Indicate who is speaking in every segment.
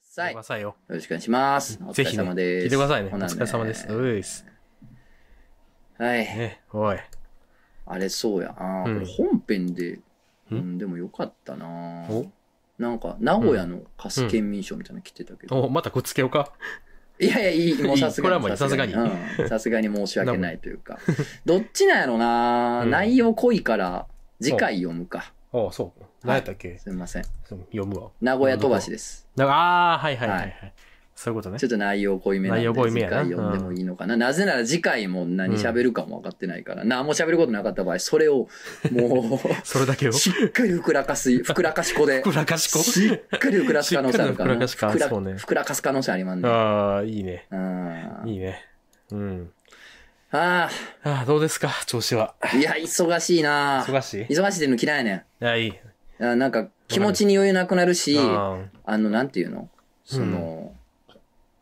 Speaker 1: さ
Speaker 2: 聞い
Speaker 1: い。
Speaker 2: てく
Speaker 1: よ
Speaker 2: ださいよ。
Speaker 1: ろしくお願いします。お疲
Speaker 2: ぜ
Speaker 1: れ
Speaker 2: ひね、
Speaker 1: 様です。
Speaker 2: 聞いてくださいね。お
Speaker 1: ほな
Speaker 2: 疲れ様です。ういっす。
Speaker 1: はい。
Speaker 2: ね、おい。
Speaker 1: あれ、そうや。あー
Speaker 2: う
Speaker 1: こ
Speaker 2: ん
Speaker 1: れ本編で、
Speaker 2: う
Speaker 1: うんん、でもよかったな
Speaker 2: お
Speaker 1: なんか、名古屋のカス県民賞みたいなの来てたけど。
Speaker 2: お、またくっつけようか。
Speaker 1: いやいや、いい。もうさすが
Speaker 2: いいこれはもうさすが
Speaker 1: うんさすがに申し訳ないという か。どっちなんやろな内容濃いから、次回読むか。
Speaker 2: おそう。何やったっけ
Speaker 1: すみません。
Speaker 2: そう読むわ。
Speaker 1: 名古屋飛ばしです。
Speaker 2: なんかああ、はいはいはいはい。そういうことね
Speaker 1: ちょ。っと内容濃いめなん
Speaker 2: 内
Speaker 1: で
Speaker 2: 容濃い
Speaker 1: 次
Speaker 2: めやな
Speaker 1: 回読んでもいいのかな、なぜなら次回も何喋るかも分かってないから、何も喋ることなかった場合それを も
Speaker 2: それだけを
Speaker 1: う。しっかりふくらか すふくらかし子で
Speaker 2: ふくらかしこ。
Speaker 1: しっかりふくらす可能性あるからな
Speaker 2: しっかりふくらかしかそうね
Speaker 1: ふくらかす可能性ありますね
Speaker 2: ああ、いいね。
Speaker 1: うん
Speaker 2: いいね。うん。
Speaker 1: あ
Speaker 2: ああ、どうですか調子は。
Speaker 1: あいや忙しいな
Speaker 2: 忙しい
Speaker 1: 忙しいっていうの嫌いやね
Speaker 2: いや、いい。
Speaker 1: んあなんか気持ちに余裕なくなるしあ
Speaker 2: あ
Speaker 1: のなんていうのその、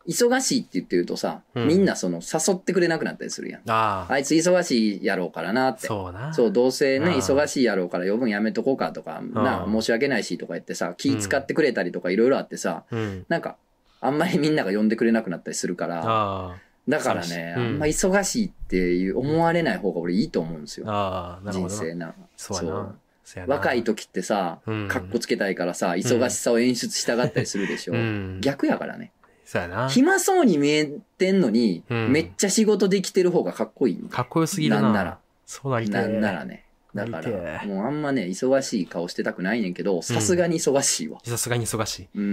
Speaker 1: 忙しいって言ってるとさ、みんなその誘ってくれなくなったりするやん
Speaker 2: ーあー、
Speaker 1: あいつ忙しいやろうからなって。
Speaker 2: そうな。
Speaker 1: そう、どうせね、
Speaker 2: ああ
Speaker 1: 忙しいやろうから余分やめとこうかとか、な
Speaker 2: あ、あ
Speaker 1: 申し訳ないしとか言ってさ、気使ってくれたりとかいろいろあってさ、
Speaker 2: うん。
Speaker 1: なんか、あんまりみんなが呼んでくれなくなったりするから、
Speaker 2: あ
Speaker 1: だから
Speaker 2: 寂しい
Speaker 1: ね、
Speaker 2: うん
Speaker 1: あんま忙しいっていう思われない方が俺いいと思うんです
Speaker 2: あ、
Speaker 1: よ。
Speaker 2: ああ、なるほ
Speaker 1: 人
Speaker 2: どな。
Speaker 1: 生な。
Speaker 2: そうやな。そうやな
Speaker 1: 若い時ってさ、
Speaker 2: うん
Speaker 1: かっこつけたいからさ、忙しさを演出したがったりするでしょ
Speaker 2: う。ん。
Speaker 1: 逆やからね。
Speaker 2: そうやな。
Speaker 1: 暇そうに見えてんのに、
Speaker 2: うん
Speaker 1: めっちゃ仕事できてる方がかっこいいんだよ
Speaker 2: かっこよすぎるな。
Speaker 1: なんなら。
Speaker 2: そうなりた。
Speaker 1: ないんならね。だか
Speaker 2: なりて
Speaker 1: ら、
Speaker 2: え
Speaker 1: もうあんまね、忙しい顔してたくないねんけど、さすがに忙しいわ。
Speaker 2: さすがに忙しい。
Speaker 1: うーん、
Speaker 2: う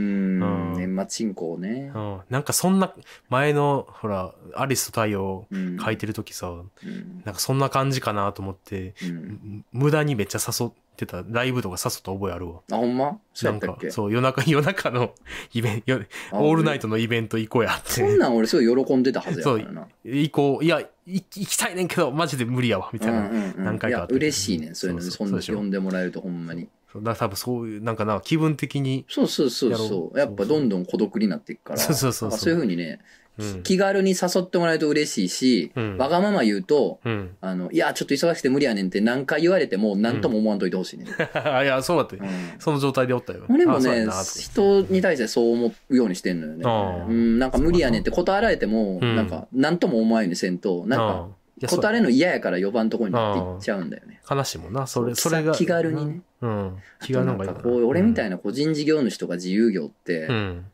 Speaker 2: ん
Speaker 1: 年末進行ね
Speaker 2: う。ん。なんかそんな、前の、ほら、アリスと太陽
Speaker 1: うん。
Speaker 2: 書いてる時さ、
Speaker 1: うん。
Speaker 2: なんかそんな感じかなと思って、
Speaker 1: うん。
Speaker 2: む無駄にめっちゃ誘ってた、ライブとか誘った覚えあるわ。
Speaker 1: あ、ほんまそう
Speaker 2: な
Speaker 1: やっ
Speaker 2: ん
Speaker 1: た
Speaker 2: か
Speaker 1: っけ、
Speaker 2: そう、夜中、 夜中のイベント、よ
Speaker 1: あ
Speaker 2: オールナイトのイベント行こうやっ
Speaker 1: 俺そん
Speaker 2: て。
Speaker 1: なん俺すごい喜んでたはずやからな。
Speaker 2: 行こう、いや、い行きたいねんけど、マジで無理やわ、みたいな。
Speaker 1: うんうんうん
Speaker 2: 何
Speaker 1: い
Speaker 2: 回かあ
Speaker 1: や
Speaker 2: ったけど
Speaker 1: 嬉しいねん、そういうのに、
Speaker 2: そ
Speaker 1: そう
Speaker 2: そ
Speaker 1: な
Speaker 2: うんそうでしょ
Speaker 1: 呼んでもらえるとほんまに。
Speaker 2: そうだから多分そういう、なんかな、気分的に、
Speaker 1: そうそうそう
Speaker 2: やろ
Speaker 1: そうう。やっぱどんどん孤独になっていくから。
Speaker 2: そうそうそうそう
Speaker 1: なんかそういうふうにね、
Speaker 2: うん。
Speaker 1: 気軽に誘ってもらえると嬉しいし、
Speaker 2: うん
Speaker 1: わがまま言うと、
Speaker 2: うん。
Speaker 1: あの、いや、ちょっと忙しくて無理やねんって何回言われても何とも思わんといてほしいねん。
Speaker 2: いや、そうだって
Speaker 1: う。ん
Speaker 2: その状態でおったよ。
Speaker 1: 俺も
Speaker 2: あそう
Speaker 1: ね
Speaker 2: やなと、
Speaker 1: 人に対してそう思うようにしてんの
Speaker 2: あ
Speaker 1: よね。
Speaker 2: あ
Speaker 1: うん、なんか無理やねんって断られても、
Speaker 2: うん
Speaker 1: なんか、なんとも思わんようにせんと、なん
Speaker 2: う
Speaker 1: か、
Speaker 2: んいやそう
Speaker 1: 断れんの嫌やから4番のとこになっていっちゃうんだよね。
Speaker 2: 悲しいもんな、それ、
Speaker 1: そ
Speaker 2: そうれが。
Speaker 1: 気軽にね。
Speaker 2: うん。
Speaker 1: あ
Speaker 2: 気
Speaker 1: と
Speaker 2: 軽
Speaker 1: な
Speaker 2: なの
Speaker 1: ん
Speaker 2: がいい
Speaker 1: か
Speaker 2: な
Speaker 1: こう、俺みたいな個人事業主とか自由業って、
Speaker 2: うん。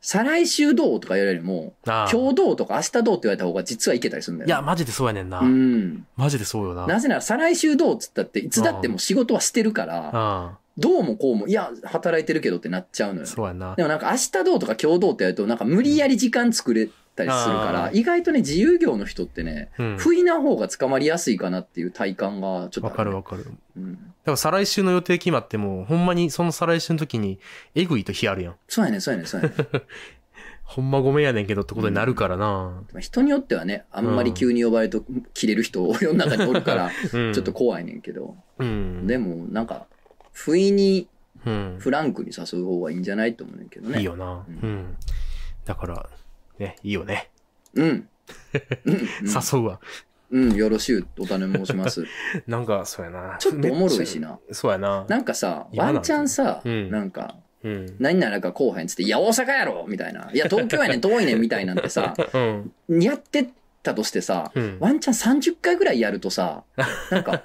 Speaker 1: 再来週どうとか言われるよりも、
Speaker 2: ああ。
Speaker 1: 今日どうとか明日どうって言われた方が実はいけたりするんだよ
Speaker 2: い
Speaker 1: ね。
Speaker 2: や、マジでそうやねんな
Speaker 1: う。ん。
Speaker 2: マジでそうよな。
Speaker 1: なぜなら再来週どうっつったって、いつだってもう仕事はしてるから、
Speaker 2: あ
Speaker 1: どうもこうも、いや、働いてるけどってなっちゃうの
Speaker 2: あ。
Speaker 1: よ。
Speaker 2: そうやな。
Speaker 1: でもなんか明日どうとか今日どうってやるとなんか無理やり時間作れたりするから、
Speaker 2: う
Speaker 1: 意外とね自由業の人ってね、
Speaker 2: うん。
Speaker 1: 不意な方が捕まりやすいかなっていう体感がちょっと
Speaker 2: わ
Speaker 1: あ
Speaker 2: かる
Speaker 1: ね、
Speaker 2: わかる。だか
Speaker 1: うん。
Speaker 2: ら再来週の予定決まっても、ほんまにその再来週の時に、えぐいと日あるやん。
Speaker 1: そうやねそうやねそうや ね。
Speaker 2: ほんまごめんやねんけどってことになるからな。
Speaker 1: まあ人によってはねあんまり急に呼ばれると切れる人を世の中におるから
Speaker 2: ちょ
Speaker 1: ちょっと、怖いねんけど、
Speaker 2: うん。
Speaker 1: でもなんか不意に
Speaker 2: うん。
Speaker 1: フランクに誘う方がいいんじゃないと思うねんけどね。
Speaker 2: いいよな。
Speaker 1: うん
Speaker 2: うん。だから、ね、いいよね。
Speaker 1: うん。うん、
Speaker 2: 誘うわ。
Speaker 1: うん、うん、よろしゅうお頼み申し ます。
Speaker 2: なんか、そうやな。
Speaker 1: ちょっとおもろいしな。
Speaker 2: そうやな。
Speaker 1: なんかさ、
Speaker 2: 今
Speaker 1: ワ
Speaker 2: なんて
Speaker 1: ンチャンさ、
Speaker 2: うん
Speaker 1: なんか、
Speaker 2: うん。
Speaker 1: 何々か後輩につって、いや、大阪やろみたいな。いや、東京 やねん、遠いねん、みたいなんてさ、
Speaker 2: うん。
Speaker 1: やってたとしてさ、
Speaker 2: うん。
Speaker 1: ワンチャン30回ぐらいやるとさ、なん か、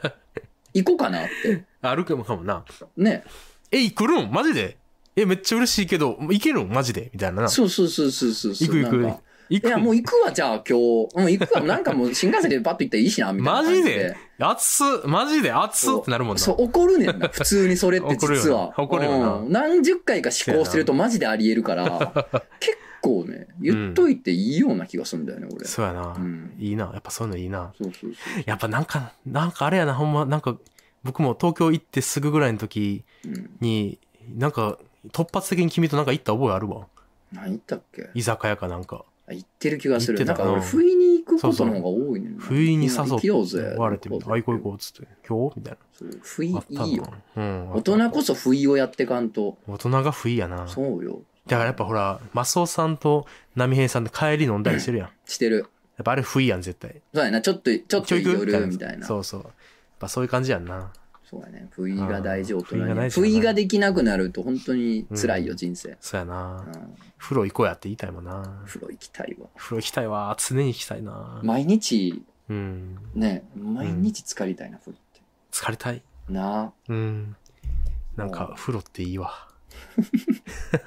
Speaker 1: 行こうかなって。
Speaker 2: 歩くかもな。
Speaker 1: ね。
Speaker 2: え、行くるんマジでえ、めっちゃ嬉しいけど、行けるんマジでみたいなな。
Speaker 1: そうそうそうそうそう。
Speaker 2: 行く行く
Speaker 1: なんか
Speaker 2: 行
Speaker 1: い
Speaker 2: く
Speaker 1: や、もう行くわ、じゃあ今日。うん、行くわ。なんかもう新幹線でパッと行ったらいいしな、みたいな
Speaker 2: マ
Speaker 1: 感じ
Speaker 2: ジ
Speaker 1: で。
Speaker 2: で熱っマジで熱っってなるもんな。
Speaker 1: そう、怒るねんな。普通にそれって実は。
Speaker 2: 怒るよな怒るよな
Speaker 1: うん何十回か試行してるとマジでありえるから、 結構ね、言っといていいような気がするんだよね、俺。
Speaker 2: そうやな、
Speaker 1: うん
Speaker 2: いいな。やっぱそういうのいいな。
Speaker 1: そうそうそ
Speaker 2: やっぱなんか、なんかあれやな、ほんま、なんか、僕も東京行ってすぐぐらいの時
Speaker 1: う。うん。
Speaker 2: に、なんか、突発的に君となんか行った覚えあるわ。
Speaker 1: 何言ったっけ
Speaker 2: 居酒屋かなんか。
Speaker 1: あ行ってる気がす
Speaker 2: 行
Speaker 1: る。
Speaker 2: って
Speaker 1: なん
Speaker 2: た
Speaker 1: か
Speaker 2: な
Speaker 1: 俺、不意に行くことの方が多いねんな
Speaker 2: 不意に誘
Speaker 1: 行
Speaker 2: っ
Speaker 1: き
Speaker 2: て、
Speaker 1: ようぜ。
Speaker 2: 言われてみたいなあ、行こう行こうっつって。今日みたい
Speaker 1: そう不意、い
Speaker 2: な。あった
Speaker 1: いよ。
Speaker 2: な。うん。
Speaker 1: 大人こそ不意をやってかんと。
Speaker 2: 大人が不意やな。だか
Speaker 1: そうよ。
Speaker 2: らやっぱほら、マスオさんと波平さんで帰り飲んだりしてる やん。や
Speaker 1: してる。
Speaker 2: っぱあれ不意やん、絶対。
Speaker 1: そうやな、ちょっと、ちょっと
Speaker 2: 行く
Speaker 1: 夜みたいな。
Speaker 2: そうそう。やっぱそういう感じやんな。
Speaker 1: そうだね。不意が大事、
Speaker 2: うん
Speaker 1: 大人に
Speaker 2: 不意が大事だ
Speaker 1: 不
Speaker 2: な
Speaker 1: 意ができなくなると本当に辛いよ、
Speaker 2: うん
Speaker 1: 人生。
Speaker 2: そうや
Speaker 1: う
Speaker 2: な。
Speaker 1: ん。
Speaker 2: 風呂行こうやって言いたいもんな。
Speaker 1: 風呂行きたいわ。
Speaker 2: 風呂行きたいわ。常に行きたいな。
Speaker 1: 毎日、
Speaker 2: うん。
Speaker 1: ね、毎日浸かりたいな、風呂って。
Speaker 2: 疲れたい。
Speaker 1: な
Speaker 2: うん。なん
Speaker 1: う
Speaker 2: か
Speaker 1: ん、
Speaker 2: 風呂っていいわ。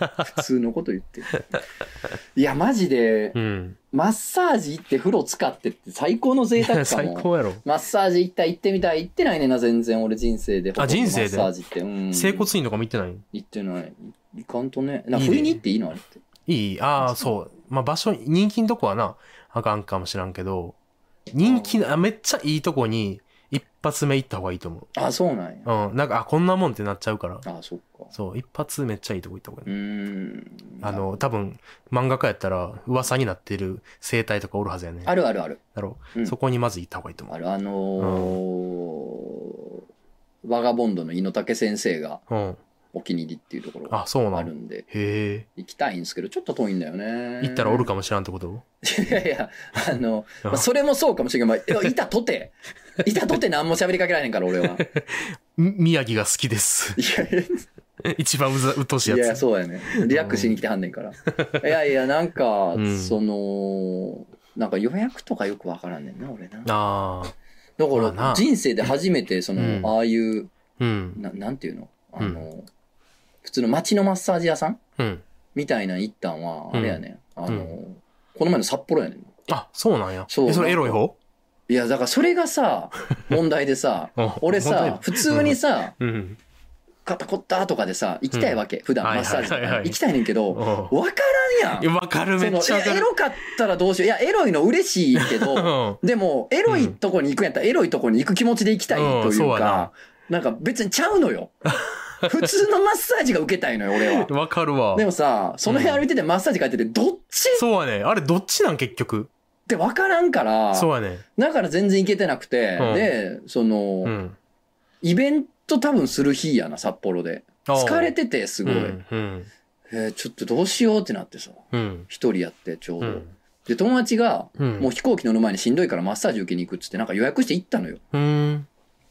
Speaker 1: あ、普通のこと言ってる。 いや、マジで
Speaker 2: う、ん。
Speaker 1: マッサージ行って風呂使ってって最高の贅沢か
Speaker 2: 最
Speaker 1: も。
Speaker 2: 高やろ。
Speaker 1: マッサージ行った、行ってみたい。行ってないねんな、全然。俺人生で。
Speaker 2: あ人生で
Speaker 1: マッサージって。うん。
Speaker 2: 整骨院とか見てない
Speaker 1: 行ってない。行かんとね。なんか
Speaker 2: いいね
Speaker 1: 不意に行っていいのあれって。
Speaker 2: いいああ、そう。まあ、場所、人気のとこはな、あかんかもしらんけど、人気な、あめっちゃいいとこに、一発目行った方がいいと思
Speaker 1: あ、そうなんや。
Speaker 2: う。うん。なんか、あ、こんなもんってなっちゃうから。
Speaker 1: あ、そっか。
Speaker 2: そう、一発めっちゃいいとこ行った方がいうい。
Speaker 1: ーん。
Speaker 2: あの、多分、漫画家やったら、噂になってる生態とかおるはずやね。
Speaker 1: あるあるある。
Speaker 2: だろ
Speaker 1: うん
Speaker 2: そこにまず行った方がいいと思
Speaker 1: ある、あのーバガボンドの猪竹先生が
Speaker 2: う。うん。
Speaker 1: お気に入りっていうところが
Speaker 2: あ、そう
Speaker 1: あ
Speaker 2: な
Speaker 1: る
Speaker 2: の。
Speaker 1: んで、
Speaker 2: へえ。
Speaker 1: 行きたいんですけど、ちょっと遠いんだよね。
Speaker 2: 行ったらおるかもしらんってこと
Speaker 1: いやいや、あの、まあ、それもそうかもしれんけど、まあ、いたとて、いたとて何も喋りかけられへんから、俺は。い
Speaker 2: み宮城が好きです。
Speaker 1: やいや
Speaker 2: 一番うざうっとうしい
Speaker 1: い
Speaker 2: や
Speaker 1: や、
Speaker 2: つ。
Speaker 1: そうやね。リラックスしに来てはんねんから。いやいや、なんか、
Speaker 2: うん
Speaker 1: その、なんか予約とかよくわからんねんな、俺な。だか
Speaker 2: ああ。まあ
Speaker 1: ら、
Speaker 2: な
Speaker 1: 人生で初めて、その、
Speaker 2: うん
Speaker 1: ああいう、
Speaker 2: うん。
Speaker 1: ななんていうのあの、普通の街のマッサージ屋さん
Speaker 2: うん。
Speaker 1: みたいな一旦は、
Speaker 2: う
Speaker 1: あ
Speaker 2: ん
Speaker 1: れやね、ん、あの、
Speaker 2: う
Speaker 1: この前の札幌やねん。
Speaker 2: あ、そうなんや。
Speaker 1: そう
Speaker 2: え、それエロい方
Speaker 1: いや、だからそれがさ、問題で さ、
Speaker 2: あ
Speaker 1: 俺
Speaker 2: 問
Speaker 1: さ
Speaker 2: 題、
Speaker 1: 普通にさ、
Speaker 2: うん。
Speaker 1: 肩こったとかでさ、行きたいわけ、普段マ
Speaker 2: はい
Speaker 1: ッ
Speaker 2: はい
Speaker 1: サージとか
Speaker 2: はいはい
Speaker 1: 行きたいねんけど、わ
Speaker 2: う
Speaker 1: からん
Speaker 2: んい
Speaker 1: やん。
Speaker 2: やわかる、
Speaker 1: そ
Speaker 2: めっちゃ
Speaker 1: の、
Speaker 2: わ
Speaker 1: い
Speaker 2: か
Speaker 1: や、エ
Speaker 2: る。
Speaker 1: ロかったらどうしよう。いや、エロいの嬉しいけ ど、でも、エロいとこに行くんやったら、エロいとこに行く気持ちで行きたいと
Speaker 2: うん
Speaker 1: い
Speaker 2: そううや
Speaker 1: かな
Speaker 2: な、
Speaker 1: んか別にちゃうの よ。普通のマッサージが受けたいのよ、俺は
Speaker 2: う。ん。わかるわ
Speaker 1: で。もさ、その辺歩いててマッサージ帰ってて、どっちっ
Speaker 2: そうやね。あれ、どっちなん結局。
Speaker 1: て分からんから、
Speaker 2: そうやね。
Speaker 1: だから全然行けてなくて、
Speaker 2: うん
Speaker 1: で、その、
Speaker 2: うん。
Speaker 1: イベント多分する日やな、札幌で。疲れ
Speaker 2: て
Speaker 1: てて、すごい、
Speaker 2: うん。うん
Speaker 1: えーちょっとどうしようってなってさ、
Speaker 2: うん。
Speaker 1: 一人やって、ちょう
Speaker 2: う
Speaker 1: ど。
Speaker 2: ん。
Speaker 1: で、友達が、
Speaker 2: うん
Speaker 1: もう飛行機乗る前にしんどいからマッサージ受けに行くっつって、なんか予約して行ったのよ。
Speaker 2: うん。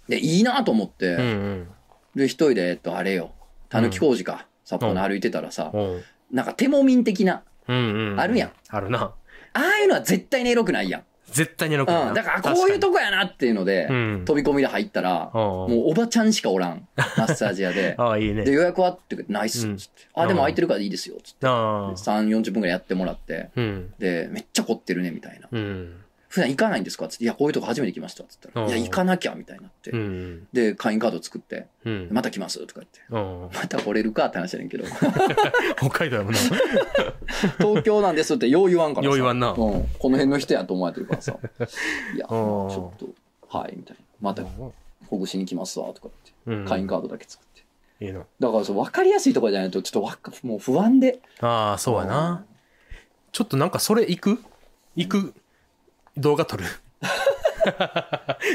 Speaker 1: で、いいなと思って、
Speaker 2: うん。うん。
Speaker 1: で、一人で、えっと、あれよ、たぬき工事か、札幌の歩いてたらさ、
Speaker 2: おう
Speaker 1: なんか手もみん的な、
Speaker 2: うん。うん。
Speaker 1: あるやん。
Speaker 2: あるな。
Speaker 1: ああいうのは絶対にエロくないやん。
Speaker 2: 絶対にエロくないな。
Speaker 1: うん、だからあこういうとこやなっていうので、
Speaker 2: 確かにうん。
Speaker 1: 飛び込みで入ったら、
Speaker 2: おうおう。
Speaker 1: もうおばちゃんしかおらん、マッサージ屋で
Speaker 2: ああ、いいね
Speaker 1: で、。予約はって言うからナイスっつって。
Speaker 2: うん
Speaker 1: あ、でも空いてるからいいですよ、つって。
Speaker 2: ああ。
Speaker 1: 3、40分くらいやってもらって。
Speaker 2: うん。
Speaker 1: で、めっちゃ凝ってるね、みたいな。
Speaker 2: うん。
Speaker 1: 普段行かないんですかつって。いや、こういうとこ初めて来ました、つったら。
Speaker 2: うん
Speaker 1: いや、行かなきゃ、みたいになって
Speaker 2: う。ん。
Speaker 1: で、会員カード作って、
Speaker 2: うん。
Speaker 1: また来ます、とか言って。
Speaker 2: うん
Speaker 1: また来れるかって話やねんけど。
Speaker 2: 北海道やもん な。
Speaker 1: 東京なんですって、 よう言わんからさ。
Speaker 2: よう言わん
Speaker 1: う
Speaker 2: な
Speaker 1: ん。この辺の人やと思われてるからさ。いや、ち
Speaker 2: うん
Speaker 1: ょっと、はい、みたいな。またほぐしに来ますわ、とか言って。
Speaker 2: うん。
Speaker 1: 会員カードだけ作って。
Speaker 2: いいの。
Speaker 1: だからそう分かりやすいとかじゃないとちょっとわかもう不安で
Speaker 2: ああ、そうやな。ちょっとなんかそれ行く行く動画撮る。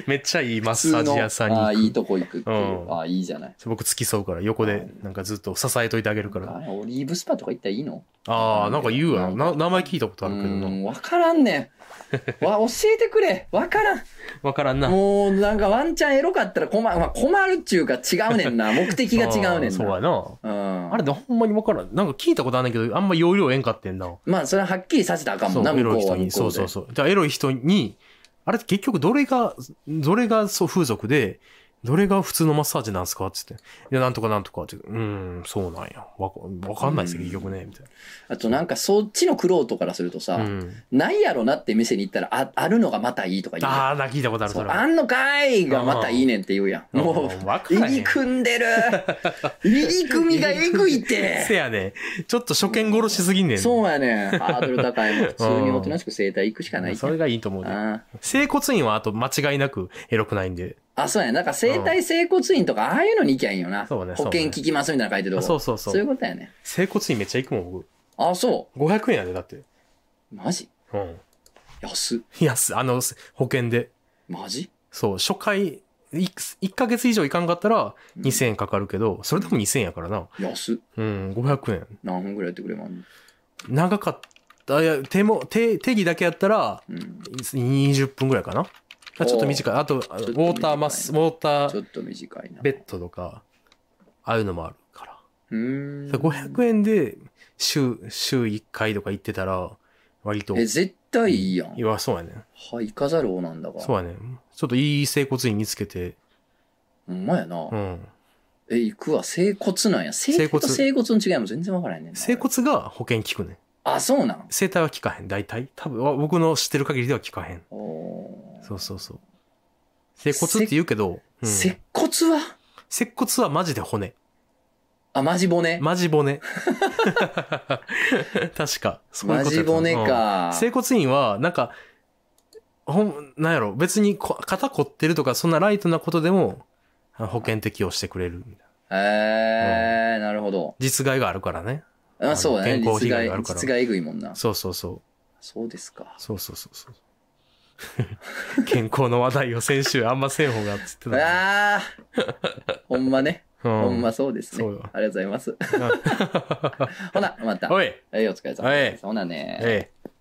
Speaker 2: めっちゃいいマッ
Speaker 1: 普通
Speaker 2: サージ
Speaker 1: の
Speaker 2: 屋さんに
Speaker 1: あ
Speaker 2: 行
Speaker 1: あ
Speaker 2: く
Speaker 1: いいとこ行くっていう、
Speaker 2: うん
Speaker 1: ああいいじゃない
Speaker 2: そう僕付き添うから横でなんかずっと支えといてあげるか
Speaker 1: あ
Speaker 2: ら。
Speaker 1: れオリーブスパとか行ったらいいの
Speaker 2: ああ、なんか言うわな。な名前聞いたこと
Speaker 1: う
Speaker 2: あるけどな。
Speaker 1: ん分からんね んわ教えてくれ分からん
Speaker 2: わからんな。
Speaker 1: もうなんかワンチャンエロかったら困,、まあ、困るっちゅうか違うねんな 目的が違うね
Speaker 2: あー
Speaker 1: ん
Speaker 2: そう
Speaker 1: な
Speaker 2: やな。
Speaker 1: うん、
Speaker 2: あれでほんまにわからん。なんか聞いたことあるんだけど、あんま要領えんかってんな。
Speaker 1: まあそれははっきりさせたらあかんも
Speaker 2: そ
Speaker 1: んな
Speaker 2: う、エ
Speaker 1: 向こ
Speaker 2: ロいう
Speaker 1: は向こ
Speaker 2: 人
Speaker 1: う
Speaker 2: に。
Speaker 1: で
Speaker 2: そうそうそう。じゃあエロい人に、あれって結局どれが、どれがそう風俗で、どれが普通のマッサージなんすかって言って。いや、なんとかなんとかって。うーん、そうなんや。わかわかんないですよ、
Speaker 1: うん
Speaker 2: 結局ね。みたい
Speaker 1: あとなんかそっちの苦労とからするとさ、
Speaker 2: な。うん。
Speaker 1: ないやろなって店に行ったらああるのがまたいいとか言う
Speaker 2: ああ、な、聞いたことある、
Speaker 1: そ
Speaker 2: そうれ。
Speaker 1: あんのかいがまたいいねんって言うやん。
Speaker 2: うん
Speaker 1: も
Speaker 2: うん
Speaker 1: う
Speaker 2: わ、からへん
Speaker 1: 入り組んで る入り組みがえぐいっ
Speaker 2: せ
Speaker 1: て
Speaker 2: やね。ちょっと初見殺しすぎんねん。
Speaker 1: そうやねん。ハードル高 いもん。普通におとなしく整体行くしかない
Speaker 2: それがいいと思うね。
Speaker 1: あ
Speaker 2: 整骨院はあと間違いなくエロくないんで。
Speaker 1: あ、そうやねなんか整体整骨院とか、ああいうのに行きゃいいよな。
Speaker 2: そうね
Speaker 1: 保険聞きますみたいなの書いてる
Speaker 2: あ
Speaker 1: と
Speaker 2: そ
Speaker 1: こ。
Speaker 2: うそう
Speaker 1: そ
Speaker 2: そ
Speaker 1: い
Speaker 2: う。
Speaker 1: ううことやね。
Speaker 2: 整骨院めっちゃ行くもん、僕。
Speaker 1: あ、そ
Speaker 2: 500円やで、だって。
Speaker 1: う。マジ
Speaker 2: うん。
Speaker 1: 安っ。
Speaker 2: いや、すあの、す保険で。
Speaker 1: マジ
Speaker 2: そう、初回、い1ヶ月以上いかんかったら
Speaker 1: うん
Speaker 2: 2000円かかるけど、それでも2000円やからな。
Speaker 1: 安っ。
Speaker 2: うん、500円。
Speaker 1: 何本ぐらいやってくれまんの
Speaker 2: 長かった、いや、手も、手、手技だけやったら、
Speaker 1: うん。
Speaker 2: 20分ぐらいかな。あちょっと短い。あと、あのウ
Speaker 1: ちょっと短い
Speaker 2: ォーターマス、ウォータ
Speaker 1: ちょっ
Speaker 2: ー
Speaker 1: と短いな。
Speaker 2: ベッドとか、ああいうのもあるから。
Speaker 1: うーん。
Speaker 2: 500円で週、週1回とか行ってたら、割と、
Speaker 1: え、
Speaker 2: い
Speaker 1: 絶対いいやん。
Speaker 2: や、そうやね。
Speaker 1: はい、行かざるをなんだが。
Speaker 2: そうやね。ちょっといい整骨院見つけて、
Speaker 1: ほんまやな
Speaker 2: う。ん。
Speaker 1: え、行くわ。整骨なんや。整骨と整骨の違いも全然わからへんねんな。
Speaker 2: 整骨が保険効くね。
Speaker 1: あ、そうなん。
Speaker 2: 整体は効かへん。大体。多分、わ僕の知ってる限りでは効かへん。
Speaker 1: おー
Speaker 2: そうそうそう。整骨って言うけど、うん
Speaker 1: 接骨は
Speaker 2: 接骨はマジで骨。
Speaker 1: あ、マジ骨。
Speaker 2: マ ジ骨。確か。そういう
Speaker 1: マ
Speaker 2: こと
Speaker 1: ジ
Speaker 2: やった
Speaker 1: 骨。
Speaker 2: うん
Speaker 1: か。
Speaker 2: 整骨院は、なんか、ほん、なんやろ、別にこ肩凝ってるとか、そんなライトなことでも、あ保険適用してくれるみたいな。
Speaker 1: えー、なるほど。
Speaker 2: 実害があるからね。あの
Speaker 1: あ、そうだね。
Speaker 2: 健康
Speaker 1: 実
Speaker 2: 被害
Speaker 1: 害
Speaker 2: がある、から
Speaker 1: 実害えぐいもんな。
Speaker 2: そうそうそう。
Speaker 1: そうですか。
Speaker 2: そうそうそうそう。 健康の話題を先週あんません方がっつってたのに。
Speaker 1: あ ー、ほんまね。
Speaker 2: う
Speaker 1: ほんまそうですね。あ
Speaker 2: そう
Speaker 1: り
Speaker 2: よ
Speaker 1: が とうございます。ほな、また。
Speaker 2: お
Speaker 1: はいい、お疲れ様
Speaker 2: は
Speaker 1: で
Speaker 2: い
Speaker 1: す。ほなね。
Speaker 2: ええ